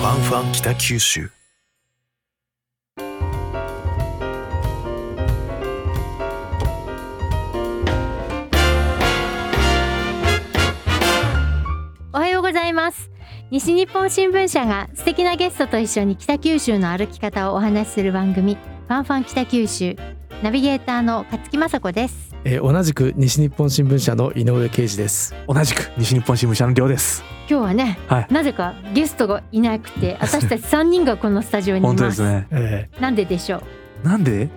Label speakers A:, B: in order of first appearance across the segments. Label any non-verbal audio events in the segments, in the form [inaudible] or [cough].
A: 北九州
B: おはようございます西日本新聞社が素敵なゲストと一緒に北九州の歩き方をお話しする番組ファンファン北九州ナビゲーターの勝木雅子です
C: えー同じく西日本新聞社の井上啓司です。
A: 同じく西日本新聞社の寮です
B: 今日はね、
A: はい
B: なぜかゲストがいなくて私たち3人がこのスタジオにいま
A: [laughs] 本
B: す
A: 当ですね
C: え
B: なんででしょう
A: なんで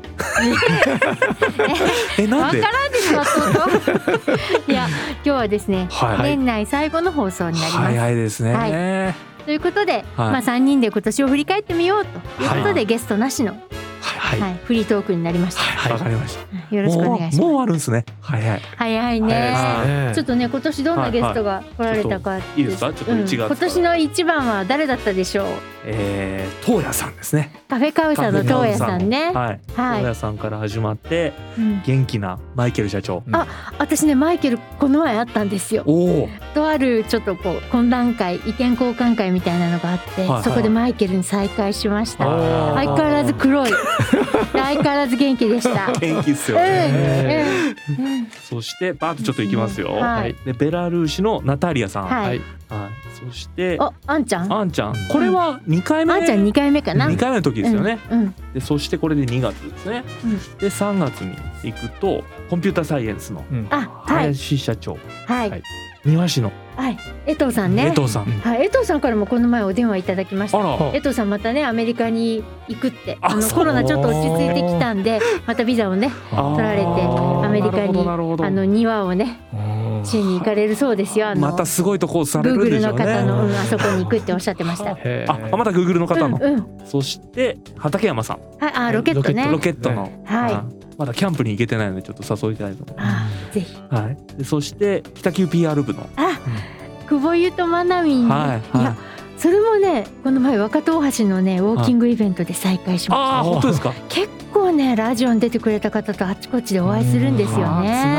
A: えな
B: わ
A: ん
B: か
A: で
B: らんでしまった
A: [laughs]
B: といや今日はですね、
A: はい
B: 年内最後の放送になります、
A: 早いですね、
B: はい
A: はい
B: ということで、まあ3人で今年を振り返ってみようということで、
A: はい
B: ゲストなしの、は
A: はい
B: い
A: はい
B: フリートークになりました、
A: はいわかりました
B: よろしくお
A: もう
B: 願いし
A: もう
B: ます
A: 終わるんですね早い
B: 早い
C: え
B: ね、
A: 早
C: ええ
B: ちょっとね今年どんなゲストが来られたか
D: いいですかちょっと1月から
B: 今年の一番は誰だったでしょう
D: えー
A: 東也さんですね
B: カフェカウンターの東野さんね
D: はい、
B: はい
D: 大家さんから始まって
B: うん
D: 元気なマイケル社長
B: 私ねマイケルこの前会ったんですよ
D: おお
B: とあるちょっとこう懇談会意見交換会みたいなのがあって、
D: はいはい
B: そこでマイケルに再会しました、
D: あー
B: 相変わらず
D: [laughs]
B: 黒いで相変わらず元気でした
D: 元気っす
B: う
D: よ
B: ん
D: ね
B: うんうん
D: そしてバーッとちょっといきますよ、
B: うんはい
D: でベラルーシのナタリアさん、はい
B: はい、
D: そして
B: おあんちゃんあん
D: あんちゃんこれは2回目
B: ちゃん2回目かな
D: 二回目の時ですよね、
B: うんうん
D: でそしてこれで2月ですね、
B: うん
D: で3月に行くとコンピュータサイエンスの
C: うん
B: あはい
D: 林社長、
B: はい、
C: はい
D: 庭師の
B: はい、江藤さん
D: 江
B: ね
D: 藤さん、
C: うん
B: はい江藤さんからもこの前お電話いただきました
D: あら
B: 江藤さんまたねアメリカに行くって
D: あ
B: あの
D: そう
B: コロナちょっと落ち着いてきたん
D: [laughs]
B: でまたビザをね
D: 取
B: られてアメリカに
D: なるほど
B: あ
D: なる
B: の庭をね
C: うん
B: しに行かれるそうですよあ
D: ほどま
B: の
D: たすごいとこをされ
B: グー
D: る
B: グ
D: んで
B: ル
D: しょ
B: の
D: うね
B: 方
C: う
B: の、うんん、あそこに行くっておっしゃってました。うん
C: ええ
D: あ、また Google の方の、
B: うん、
D: そして畠山さん、
B: はい、あ、ロケットね。
D: ロケットの、
B: はい、
D: あまだキャンプに行けてないのでちょっと誘いたいと思
B: あ、ぜひ、
D: う、はい、でそして北九 PR 部の、
B: あ、久保湯とまなみに、
D: は
B: い
D: い、は
B: や
D: い、
B: それもね、この前若戸大橋のね、ウォーキングイベントで再会しました。
D: ああ本当ですか
B: 結構ね、ラジオに出てくれた方とあちこちでお会いするんですよ
D: つな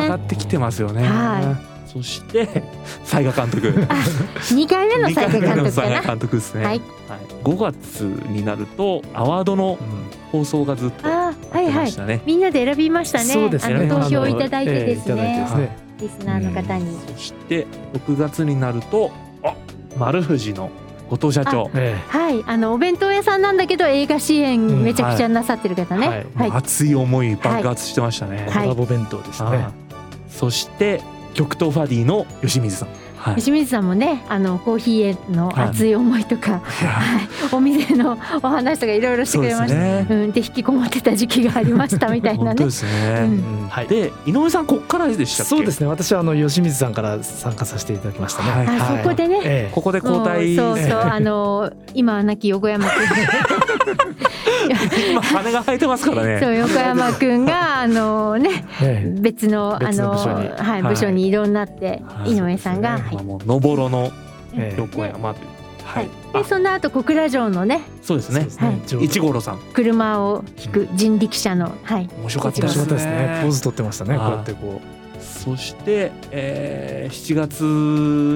D: が
B: ね。
D: ってきてますよね、
B: は
D: そして [laughs] 雑賀監督
B: [laughs] 二回目の再会監
D: の
B: 督
D: 雑
B: か
D: 賀
B: な。
D: 監督ですね、
B: はい、
D: はい、5月になるとアワードの
C: うん
D: 放送がずっと
B: あ、はい
D: 出
B: は
D: ま
B: い
D: し。たね、
B: みんなで選びましたね。
C: そうですね。
B: あの投票
C: あの
B: いただいてです
C: ええい
B: ね
C: た。だいてですね
B: リスナーの方に。
D: そして6月になるとあ丸藤の後藤社長
C: え
B: はい、あのお弁当屋さんなんだけど、映画支援めちゃくちゃなさってる方ね。
C: うんはい
B: はい、
D: 熱い思い爆発してましたね、
C: え
B: はい
C: コラボ弁当ですね
D: あ。ーそして極東ファディの吉水さん、はい、
B: 清水さんもねあのコーヒーへの熱い思いと
D: [laughs]
B: か、
D: いや
B: お店のお話とかいろいろして
D: そう
B: く
D: で
B: れ
D: す
B: ました
D: ね
B: うん、で引きこもってた時期がありましたみたいな
D: 本当
B: ね
D: で。すね、
C: うんはい。
D: で井上さんこっからでしたっけ
C: そうですね。私はあの吉水さんから参加させていただきましたね。
D: はい
B: あそこでね
C: ええ
D: ここで交代
B: もうそうそうあの今は亡き横山君
D: 今羽が生えて [laughs] ますから
B: そ
D: ね
B: う横山君があのね
C: ええ
B: 別のあ
C: 別の
B: の
C: 部署に
B: はい
D: はい
B: 部署に異動になって、
D: はい
B: 井上さんが、
C: そう
B: はい
D: まあもうのぼろの
C: ええ
D: 横山というは
B: はい
D: い、
B: で
D: あ
B: その後小倉城のね
D: そうです
C: そう
D: ね
C: ですね
B: はい
C: ちょうど
D: 一五郎さん
B: 車を引く人力車の、はい、
D: 面白かった
C: 面白
D: で
C: か
D: す
C: ったですね
D: ね。
C: ポーズ取ってましたね。こう
D: はい
C: やってこ
D: そして、えー、7月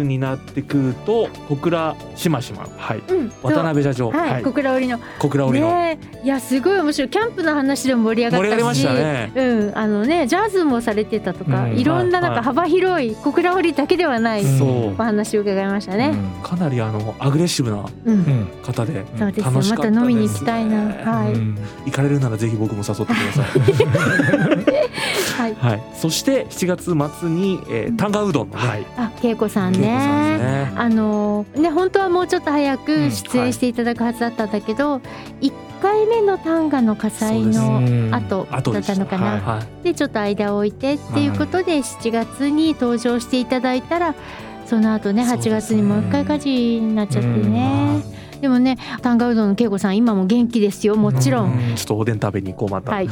D: になってくると小倉しましまはい
B: うん、
D: 渡辺社長、
B: そうはい、
C: はい
B: 小倉織の
D: 小倉織の、
B: ねえいやすごい面白いキャンプの話でも盛り上がっ
D: 盛り上がり
B: た
D: ま
B: し
D: したね
B: うん、あのねジャズもされてたとか、
C: うん
B: いろんななん
D: は
B: か
D: い
B: 幅広い小倉織だけではない
C: うん
D: そう
B: お話を伺いました
C: う。
B: ね。
D: かなりあのアグレッシブな
B: うん、
C: うんうん
D: 方で
C: うん
B: そうですよ
D: 楽しか
B: ま
D: ったた
B: 飲みに行きたいな、
D: ですね
B: はい、
C: うん
D: 行かれるならぜひ僕も誘ってください、
B: はい、
D: [laughs] はい、そして7月末に、えー、タンガうどんのね、
C: はい。
B: あ恵子さんね
D: 恵子さんですね
B: あのね本当はもうちょっと早
C: うん
B: く出演していただくはずだったんだけど、一回目の単価の火災
C: う
B: の
C: ん
B: 後だ
D: 後で
B: っ
D: した
B: たのかな、
C: はい
D: はい、
B: でちょっと間を置いてっていうことで7月に登場していただいたらその後ね
D: そうです
B: 8
D: ね
B: 月にもう一回火事になっちゃってね
D: う
B: でもねタンガうどんの恵子さん今も元気ですよもちろ
C: うんん
D: ちょっとおでん食べに行こうまた、
B: はい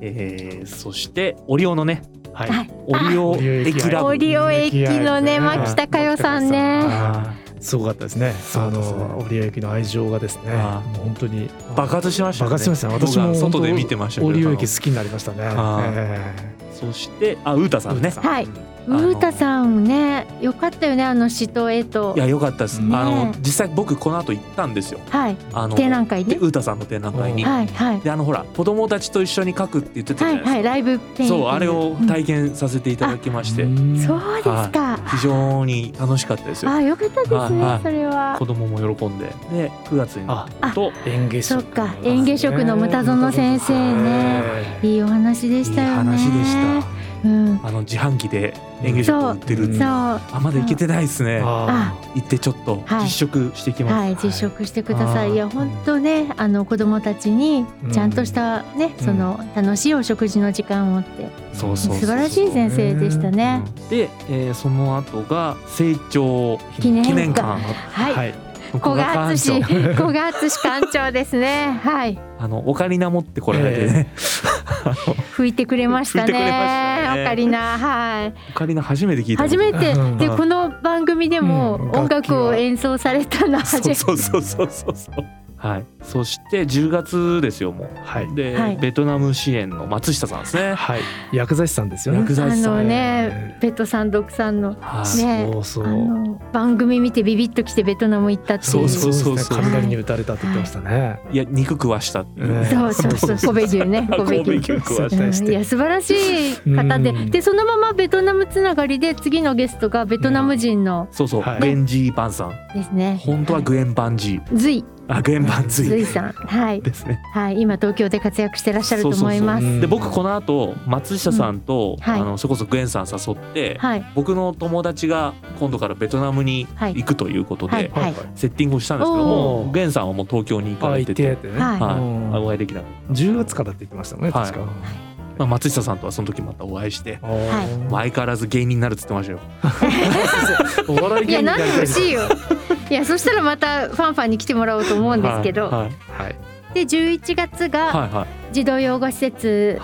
D: えー、そしてオリオのね
C: はい。
B: はい
D: オリオ
C: オリオ
D: 駅ラ
B: オ
D: ブ
B: リオ駅のね
C: はい
B: 牧田佳代さんね
D: あ
C: すごかったですね。
D: そ
C: あ
D: うですね
C: の折り駅の愛情がですね、
D: ああ
C: もう本当に
D: ー爆発しましたね
C: 爆発しましたね。私も
D: 僕は
C: 本当
D: 外で見てましたけど
C: 折り駅好きになりましたね。
D: ああ
C: ええ
D: そしてあウータさんね
C: さ
B: はい
D: あの
B: ウータさんねよかったよねあの詩と絵と
D: いや良かったです、
C: ねえ
D: あの実際僕この後行ったんですよ
B: はい
D: あの
B: 展覧会
D: で
B: に
D: ウータさんの展覧会に、
B: はいはい
D: であのほら子供たちと一緒に書くって言ってたじゃ
B: は
D: ない
B: い
D: ですか、
B: はいライブペインティング
D: そうあれを
B: うん
D: 体験させていただきまして、
B: そうですか
D: はい非常に楽しかったですよ
B: あよかったです
D: はいは
B: ね
D: い
B: それは
D: 子供も喜んでで9月にな
C: あ
D: ると
C: 園芸
B: そ
C: 職
B: っか園芸職の牟田園先生ねいいお話でしたよね
D: いい話でした
B: うん
D: あの自販機で園芸食を売ってるって
C: そ
B: そう
D: あまだ行けてないですね
C: あ
D: 行ってちょっと
B: はい
D: 実食してきます、
B: はい、
C: い
B: 実食してくださ
C: あ
B: い。
C: ー
B: いや、本当ね、あの子供たちに
C: うん
B: ちゃんとしたね、
C: うん
B: その楽しいお食事の時間をって。
D: そうそうそう
B: 素晴らしい先生でしたね。
D: で、えーその後が成長
B: 記念
D: 記
B: 館
D: 念館
B: はい、
C: はい
B: 古賀
D: 館
B: 敦 [laughs]
D: 長
B: 古賀敦館長ですね。はい、
D: あのオカリナ持ってこられてね、
B: 拭いてくれました
D: 拭いてくれまし
B: ね。
D: たね
B: オカリナ、はい、
D: オカリナ初めて聞いた
B: 初めて
C: うん
B: でこの番組でも
C: うん
B: 音楽を
C: 楽器は
B: 演奏されたのは初
D: そ
B: め
D: う
B: て。
D: そうそうそうそうそうはいそして10月ですよもう
C: はい
D: で、
B: はい
D: ベトナム支援の松下さんですね
C: はい薬剤師さんですよね
D: 薬剤
B: あ
D: 師さん
B: の
C: ね
B: ね、ベッドさん、ドクさんの
D: はい
B: ね
C: そうそ
B: あ
C: う
B: の番組見てビビッときてベトナム行ったっていう。
D: そうそうそう
C: ですね
D: そう
C: 雷に打たれたって言ってましたね
D: いや肉食わしたっていうね
C: ね
B: そうそうそう神戸牛ね神戸
D: 神
B: 牛
D: 戸食わし
B: う
D: た
B: ん
C: 対して
B: いや素晴らしい方で、
C: うん
B: でそのままベトナムつながりで次のゲストがベトナム人の
D: そうそう、
C: はい
D: グエンジーバンさん
B: ですね、
D: 本当はグエンバンジー
B: ズイ
D: あグエンバンズ
B: ズイ
D: イ
B: さんはい、
D: ですね
B: はい、今東京で活躍してらっしゃると思いま
C: そうそ
B: す
C: うそううん
D: で僕この後松下さんと、
B: うんはい
D: あのそれこそグエンさん誘って、
B: はい
D: 僕の友達が今度からベトナムに
B: はい
D: 行くということで、
B: はいはい
D: セッティングをしたんですけど
C: お
D: も
C: ー
D: グエンさんはもう東京に行か
C: あ
D: れ
C: い
D: て
C: て
D: て、
C: ってね
B: はい
D: はい
C: うん
D: あお会いできなくて、
C: 10月からって言ってましたもんね確か
D: まあ、松下さんとはその時またお会いして、
B: はい
D: まあ相変わらず芸人になるって言ってましたよ
C: お笑い
B: いや
C: 芸人
B: なん
C: になりた
B: でほ
C: い
B: しいよいやそしたらまたファンファンに来てもらおうと思うんですけど、
D: はいはい
B: [laughs]
C: はい
B: で11月が
D: はいはい
B: 児童養護施設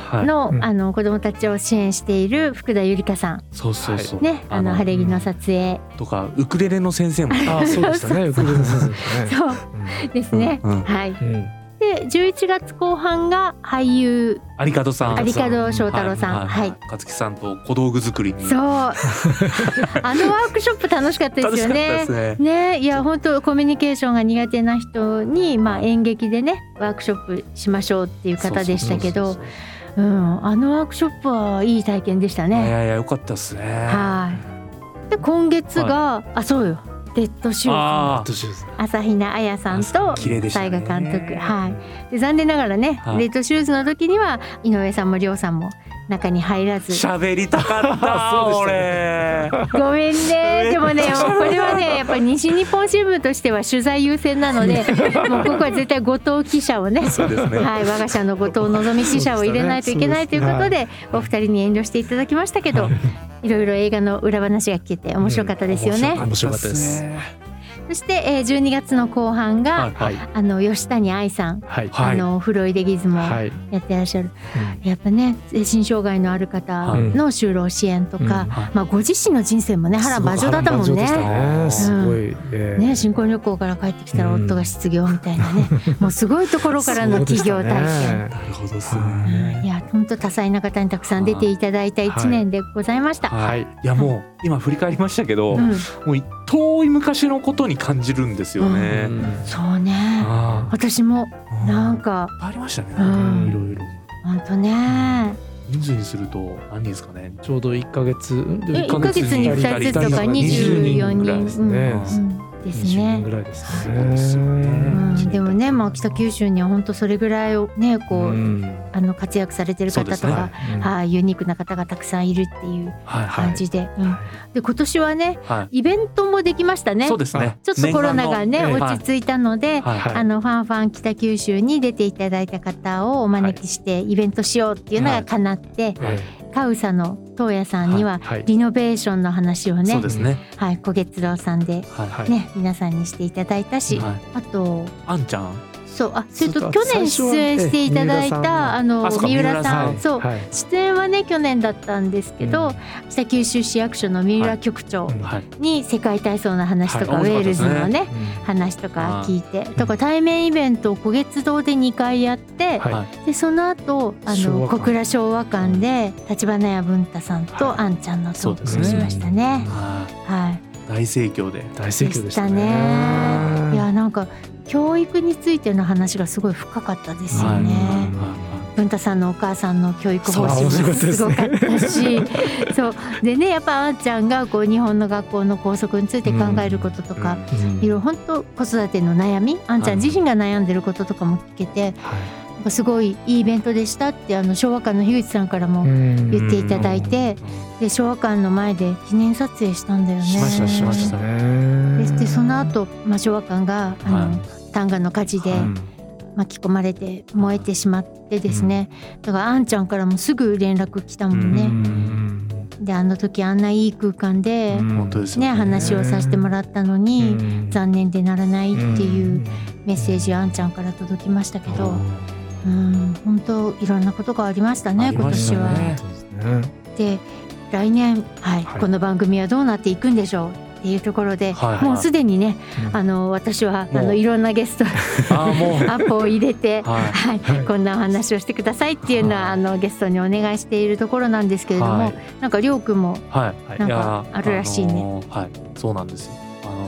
C: は
B: の,、
C: いうん
B: あの子どもたちを支援している福田ゆりかさん
D: そうそうそう、
B: ねあの晴れ着の撮影、
D: とかウクレレの先生も
C: あ
B: [laughs]
C: ーそうでしたねウクレレの先生ですね
B: そうですね、
D: うんうん
B: はい
C: うんうん
B: で11月後半が俳優
D: 有門さん
B: 有門翔太郎さんはい、
D: 勝木さんと小道具作りに [laughs]
B: そうあのワークショップ楽しかったですよ
D: 楽
B: ね
D: しかったですね
B: ねいや本当コミュニケーションが苦手な人に、まあ、演劇でねワークショップしましょうっていう方でしたけ
D: そう
B: ど
D: そうそうそう
B: うんあのワークショップはいい体験でした
D: いやい
B: ね。
D: やいや良かったですね
B: はいで今月が、あそうよデッドシューズの
D: あ
C: あとシューズ
B: 朝比奈彩さんと
D: 綺麗でした
B: 大
D: ね
B: 河監督、はい、で残念ながらね、
D: はい
B: レッドシューズの時には井上さんも亮さんも中に入らず
D: 喋りたかっ [laughs]
C: そうで
D: た
C: した
B: ご
D: 俺
B: めんねでもね
D: めっちゃ
B: これはねやっぱり西日本新聞としては取材優先なのでもうここは絶対後藤記者をね
D: うですね
B: はい、我が社の後藤のぞみ記者を入れないといけないということ
C: そう
B: でお二人に遠慮していただきましたけどいろいろ映画の裏話が聞けて面白かったですよね。
C: 面白かったです
B: そして、えー12月の後半が、
D: はい
C: はい
B: あの吉谷愛さん、
C: はい
B: あ
D: はい
B: のフロイデギズモ
C: はい
B: やってらっしゃる、やっぱね精神障害のある方の就労支援とか、
C: うん
D: はい
B: まあ、ご自身の人生もね波乱万丈だったもん
C: すごく
B: ね。
C: 波乱万丈でしたねすごい、えー
B: ね、新婚旅行から帰ってきたら夫が失業みたいなね、もうすごいところか
C: [laughs]
B: らの企業体験、
C: そうでしたね
D: なるほどです
B: うんい
D: ね
B: や本当多彩な方にたくさん出ていただいた1年でございました。
D: はいいやもう今振り返りましたけど、
B: うん、
D: もう遠い昔のことに感じるんですよね、
B: そうね
D: あ
B: 私も
D: あ
B: なん
D: いっ
B: か
D: ぱいありましたね、
B: うん
D: いろいろ
B: 本当ね
D: 人数にすると何人ですかね
C: ちょうど1ヶ月んでも
B: え
C: 一ヶ月
B: 一ヶ月に二人ずつとか24人
D: ぐらいですね、
C: うん
B: うんです
C: 20
B: ね
C: 人ぐ。らいです
D: そうですよね
B: うん、でもね、まあ、北九州には本当それぐらいをねこう、
C: ん
B: あの活躍されてる方と
D: そうです
B: か、
D: ね
B: はいユニークな方がたくさんいるっていう
D: はいはい
B: 感じで、うん、で今年はね
D: は
B: イベントもできました
D: い、
B: ね
D: そうですね
B: ちょっとコロナがね
C: 念願
D: の
B: 落ち着いたので、
D: はいはい
B: あのファンファン北九州に出ていただいた方をお招きしてイベントしようっていうのが叶って、
C: はい
B: カウサの東野さんには
C: はい
B: リノベーションの話を
D: そ
B: ね
D: うですね、
B: はい小月郎さんで
D: はいは
C: はい
B: ね皆さんにしていただいたし、
D: はい
B: あと
D: あんちゃん
B: そうあそれ
C: そ
B: と
C: う
B: 去年
C: 最初は
B: 出演していただい
C: ええ三浦さん
B: た
C: の
B: あの
D: あそうか
B: 三浦さ
D: 三浦
B: ん、
D: さ
C: はい
B: そう、
C: はい
B: 出演はね去年だったんですけど、
C: うん
B: 北九州市役所の三浦局長
C: はい
D: はい、
B: に世界体操の話とか、
D: はい
B: ウェールズの
D: 面白かった
B: ね
D: で
B: 話とか聞いて
C: ん
B: だから対面イベントを古月堂で2回やって、
C: はい
D: はい
B: でその後あ
C: 昭
B: の
C: 和館
B: 小倉昭和館で橘屋文太さん
D: は
B: と
D: い
B: あんちゃんのト
D: そう
B: ー
D: で
B: ク
D: す
B: を
D: ね
B: しましたね。
D: は
B: はい
D: い大盛況で
C: 大盛況でした
B: でしたねい
C: ね。
B: やなんか教育についての話がすごい深かったですよ
D: はい
B: ね。
D: は
B: 文太さんのお母さんの教育方針
C: そう面
B: も
C: 白かったですす
B: ご
C: ね
B: かったし、そうでねやっぱあんちゃんがこう日本の学校の校則について考えることと
D: い
B: か、
D: う
C: うん
D: ん
B: いろいろ本当子育ての悩みあんちゃん自身が悩んでることとかも聞けて、
C: は
B: なんかすごいいいイベントでしたってあの昭和館の樋口さんからも、
C: いうん
B: 言っていただいてで昭和館の前で記念撮影したんだよね。
D: しましたしました
B: で
C: ね
B: でその後、まあ、昭和館があの、
D: はい
B: 旦過の火事で
C: はい
B: 巻き込まれて燃えてしまってですね、だからあんちゃんからもすぐ連絡来たもん
C: う
B: ね。
C: ん
B: であの時あんないい空間で、
C: うん
D: 本当ですよ
B: ね
D: ね
B: 話をさせてもらったのに、
C: うん
B: 残念でならないっていう。
C: ん
B: メッセージあんちゃんから届きましたけど、
C: う
B: う
C: ん
B: ん、本当いろんなことがありましたね
D: あり
B: 今
D: まし
B: 年
D: た
B: は。
D: ね
C: そうですね
B: で来年、はい
C: はい
B: この番組はどうなっていくんでしょうっていうところで、
D: はいはい
B: もうすでにね
C: うん
B: あの私はあ
D: も
B: の
D: う
B: いろんなゲスト
D: ああもう
B: [laughs] アポを入れ
D: [laughs]
B: て。
D: はい
B: はい、
C: はい
B: こんなお話をしてくださいっていうのは、
D: はい
B: あのゲストにお願いしているところなんですけれども、
D: はい
B: なんかりょうくんも
D: はい、
B: な
D: はい
B: んか
D: いやー
B: あるらしいね
D: のーはい、そうなんですよ。あのー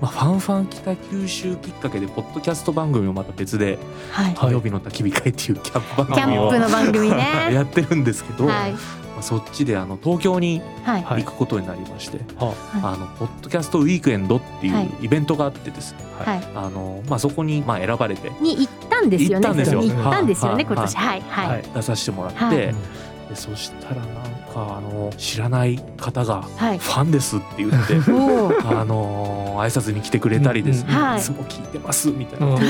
D: まあ、ファンファン北九州きっかけでポッドキャスト番組をまた別で
B: はい、
D: 「火曜日の焚き火会」っていうキャンプ
B: キ
D: 番組
B: ャン
D: を
B: プの番組ね。
D: やってるんですけど、
B: はい、
D: まあ、そっちであの東京に
B: はい、
C: は
D: 行
C: い
D: くことになりまして、
C: は
D: あのポッドキャストウィークエンドってい
B: は
D: う
B: い
D: イベントがあってですね、
B: はい、
D: あのーまあ、そこにまあ選ばれて
B: に行ったんですよね。
D: 行ったんです
C: よ
B: 行ったんですよね、
D: はい
B: 今年、はい、はい、
C: はい
D: 出させてもらって、
B: はい
D: でそしたらなんかあのー知らない方が
B: は
D: 「
B: い。
D: ファンです」って
B: [laughs]
D: 言って。
B: おー
D: あのー挨拶に来てくれたりですね、
B: うんうん
D: い、つも聞いてますみたいな、
C: うん
D: で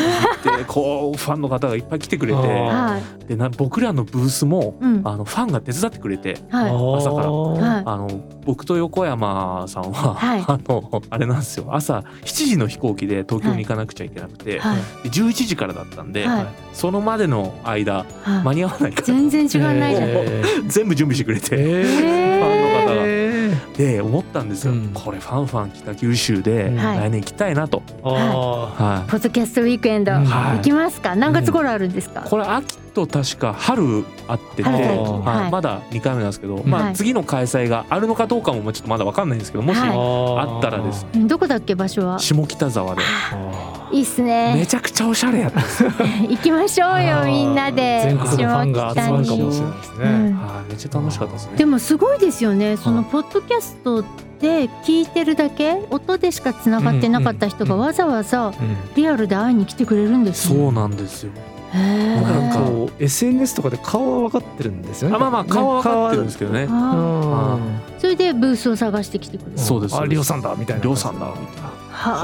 D: こうファンの方がいっぱい来てくれ
C: あ
D: て
C: ー
D: [laughs]
B: はい。
D: でな僕らのブースも
B: うん。は
D: あのファンが手伝ってくれて
B: い。
D: 朝から
B: はい。
D: あの僕と横山さんは、
B: はい
D: あのあれなんですよ朝7時の飛行機で東京に行かなくちゃいけなくて、
B: はい。
D: で11時からだったんで、
B: はい
D: そのまでの間
B: はい
D: 間に合わないから
B: 全然時間ないじゃん。
D: え全部準備してくれて、
B: えー
D: ファンの方が。
C: えー
D: で思ったんですよ、
C: うん
D: これファンファン北九州で
C: うん
B: はい
D: 来年行きたいなと。
C: あ
D: はい
B: ポッドキャストウィークエンド、
C: うん
D: はい
B: 行きますか。何月頃あるんですか。
D: これ秋と確か春あってて、
B: 春
C: と秋
D: はい
B: はい
D: まだ2回目なんですけど、
C: うん
D: ま
B: は
D: あ、
B: い
D: 次の開催があるのかどうかもちょっとまだ分かんないんですけどもし
B: は
C: ー
B: い
D: あったらですね
B: うんどこだっけ場所は。
D: 下北沢で
C: あ
B: いいっす
D: め
B: ね。
D: ちゃくちゃおしゃれやったんですよ、
B: [laughs] 行きましょう
C: ー
B: よみんなで。
C: 全国のファンが集まるかもしれな
B: 下
C: いです
B: 北にう
C: ね。
B: ん
D: はいめっちゃ楽しかったですね
B: でもすごいですよね。その
D: はい
B: ポッドキャストで聞いてるだけ、音でしか繋がってなかった人が
C: うんうん
B: わざわざ
C: うん
B: リアルで会いに来てくれるんです
D: そ
B: ね。
D: うなんですよ
B: へー
D: なんか
C: こう SNS とかで顔は分かってるんですよね。
D: あまあまあ顔は分かってるんですけどね
B: あ
C: あ
B: ーそれでブースを探してきてくれる
C: ー。
D: そうです
C: あ、
D: そうです
C: りょうさんだみたいな。
D: りょうさんだみたいな
B: はあ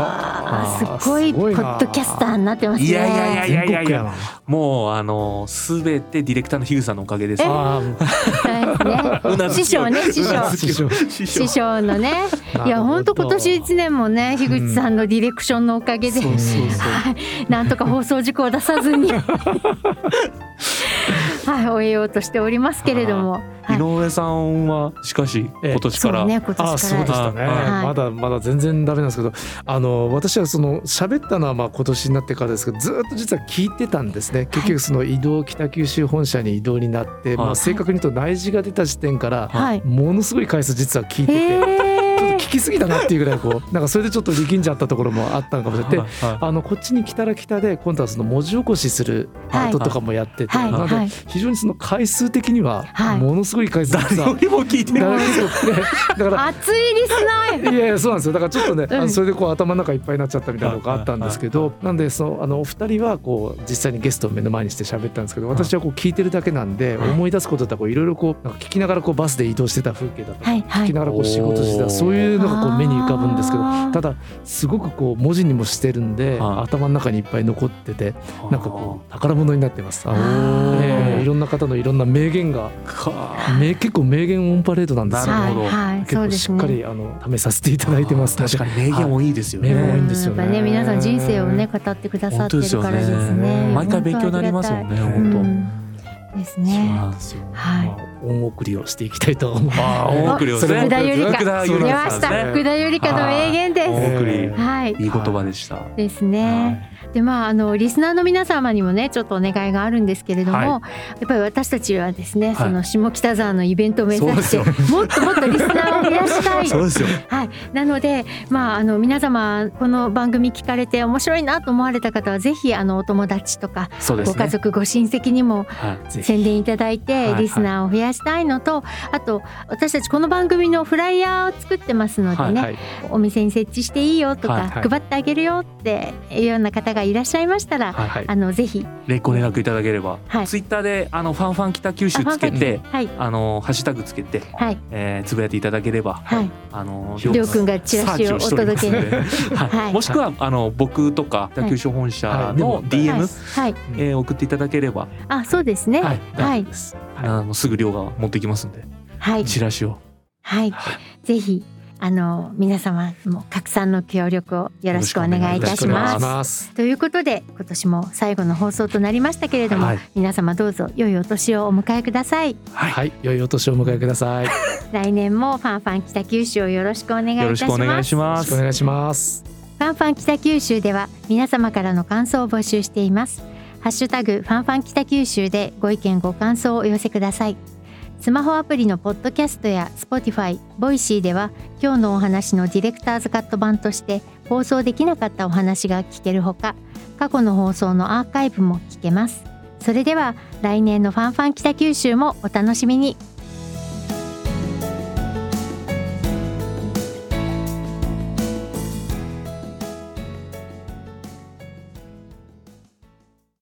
C: はあ
B: すごい
C: す
B: ポ
C: ごいな
B: ッドキャスターになってますね。
D: いやいやいや
C: 全国やな。
D: もうあのすべてディレクターの樋口さんのおかげです
C: あ
B: そう
D: う
B: で
D: な
B: すね
D: ず
B: 師
D: きを
B: 匠ね師
D: うな
B: 匠
D: ずきを師
B: 師匠
C: [laughs]
B: のね
C: あ
B: いや本当今年一年もね樋口さんのディレクションのおかげで、
D: そうそうそう
B: はいなんとか放送事故を出さずにはい終えようとしておりますけれども、はい
D: 井上さんはしかし
C: ええ
D: 今年から、
B: そうね今年から
C: あそうでしたね、
B: はい
C: まだまだ全然ダメなんですけどあの私はその喋ったのはまあ今年になってからですけどずっと実は聞いてたんですね結局その移動北九州本社に移動になって、まあ、正確に言うと内示が出た時点から、
B: はい
C: ものすごい回数実は聞いてて。
B: え
C: ちょっと聞
B: ー
C: きすぎだなっていうぐらいこうなんかそれでちょっと力んじゃったところもあったのかもしれないで
D: はい
C: あのこっちに来たら来たで今度はその文字起こしするパートとかもやってて、
B: はい
C: なので
B: はい
C: 非常にその回数的には
B: はい
C: ものすごい回数実は
D: 誰よりも聞い
C: [laughs]
D: てる
C: 並べてく
B: [laughs]
C: れてだから
B: 熱いリスナー
C: いやいやそうなんですよだからちょっとね、あ
B: うん
C: のそれでこう頭の中いっぱいになっちゃったみたいなのがあったんですけどなんでそのあのお二人はこう実際にゲストを目の前にして喋ったんですけど私はこう聞いてるだけなんで
D: はい
C: 思い出すことだこういろいろこうなんか聞きながらこうバスで移動してた風景だとか
B: はいは
C: 聞き
B: い
C: ながらこう仕事して
D: おー
C: たそういうのがこう目に浮かぶんですけど
B: あー
C: ただすごくこう文字にもしてるんで
D: はい
C: 頭の中にいっぱい残っててなんかこう宝物になってます。あ
B: あー
C: えいろんな方のいろんな名言が、
D: か
C: め結構名言オンパレードなんですよ。
D: なるほど
B: はい、はい、
C: 結
B: そう
C: 構
B: です
C: し
B: ね
C: っかりあの試させていただいてます。
D: 確かに名言多いですよね、
C: 名言多いんですよね
B: うやっぱね皆さん人生をね語ってくださってるからですね
D: 本当ですよ
C: ね
D: 毎回勉強になりますよね本当、
B: 当です
D: そう
B: ね
D: なんですよ
B: はい
C: まあ、恩送りをしていきたいと思います。
D: ああ大送りを
B: それ
D: ね
B: 福田ゆりか
D: 福田ゆ
B: 出
D: り
B: ま
D: か
B: し
D: さん
B: た
D: です
B: 福
D: ね
B: 田ゆりかの名言で
D: 大
B: す
D: 送り、
C: えー
B: はい
D: いい言葉でした、
B: ですねでまああのリスナーの皆様にもねちょっとお願いがあるんですけれども、
D: はい
B: やっぱり私たちはですね、
D: い
B: その下北沢のイベントを目指して
D: そうで
B: もっともっとリスナーを増やしたい
D: そうですよ
B: はい、なので、まあ、あの皆様この番組聞かれて面白いなと思われた方はぜひあのお友達とか
D: そうです
B: ご
D: ね
B: 家族、ご親戚にも
D: はい
C: ぜひ
B: 宣伝いただい
D: はい
B: て
D: はい
B: リスナーを増やしたいのと、あと私たちこの番組のフライヤーを作ってますのでね、
D: はい
C: はい、
B: お店に設置していいよとか、
D: はい
C: はい
B: 配ってあげるよっていうような方がいらっしゃいましたら、
D: はいはい
B: あのぜひ
D: 連ご連絡いただければ、
B: はい
D: ツイッターであのファンファン北九州つけて
B: はい
D: あのハッシュタグつけて、
B: はい
D: えー、つぶやいていただければ、
B: はい
D: あの
B: りょうくんがチラシをお
D: サー
B: 届
D: チ
B: け
D: をしてお
B: に
D: りますのではい
B: はい
D: もしくはあの僕とか北九州本社の
C: はい
D: DM、
B: はい、はい、
D: えー送っていただければ、
B: あそうですね
D: はい
B: は
D: 大
B: い
D: 丈夫です、あのすぐ量が持ってきますんで
B: はい
D: チラシを
B: はい、ぜひあの皆様も拡散の協力をよろしくお願いいたし
D: よろしくお
B: ま
D: 願いし
B: す。
C: ます。
B: ということで今年も最後の放送となりましたけれども、
D: はい
B: 皆様どうぞ良いお年をお迎えください
D: はい
C: はい、良いお年をお迎えください。よ
B: 来年もファンファン北九州をよろしくお願いい
D: よろ
B: た
D: し
B: し
D: くお願
B: ま
D: い
B: す
D: し
C: ろ
D: ま
C: しくお
D: す。
C: 願いします。
B: ファンファン北九州では皆様からの感想を募集しています。ハッシュタグファンファン北九州でご意見ご感想をお寄せください。スマホアプリのポッドキャストや Spotify、Voicy では今日のお話のディレクターズカット版として放送できなかったお話が聞けるほか過去の放送のアーカイブも聞けます。それでは来年のファンファン北九州もお楽しみに。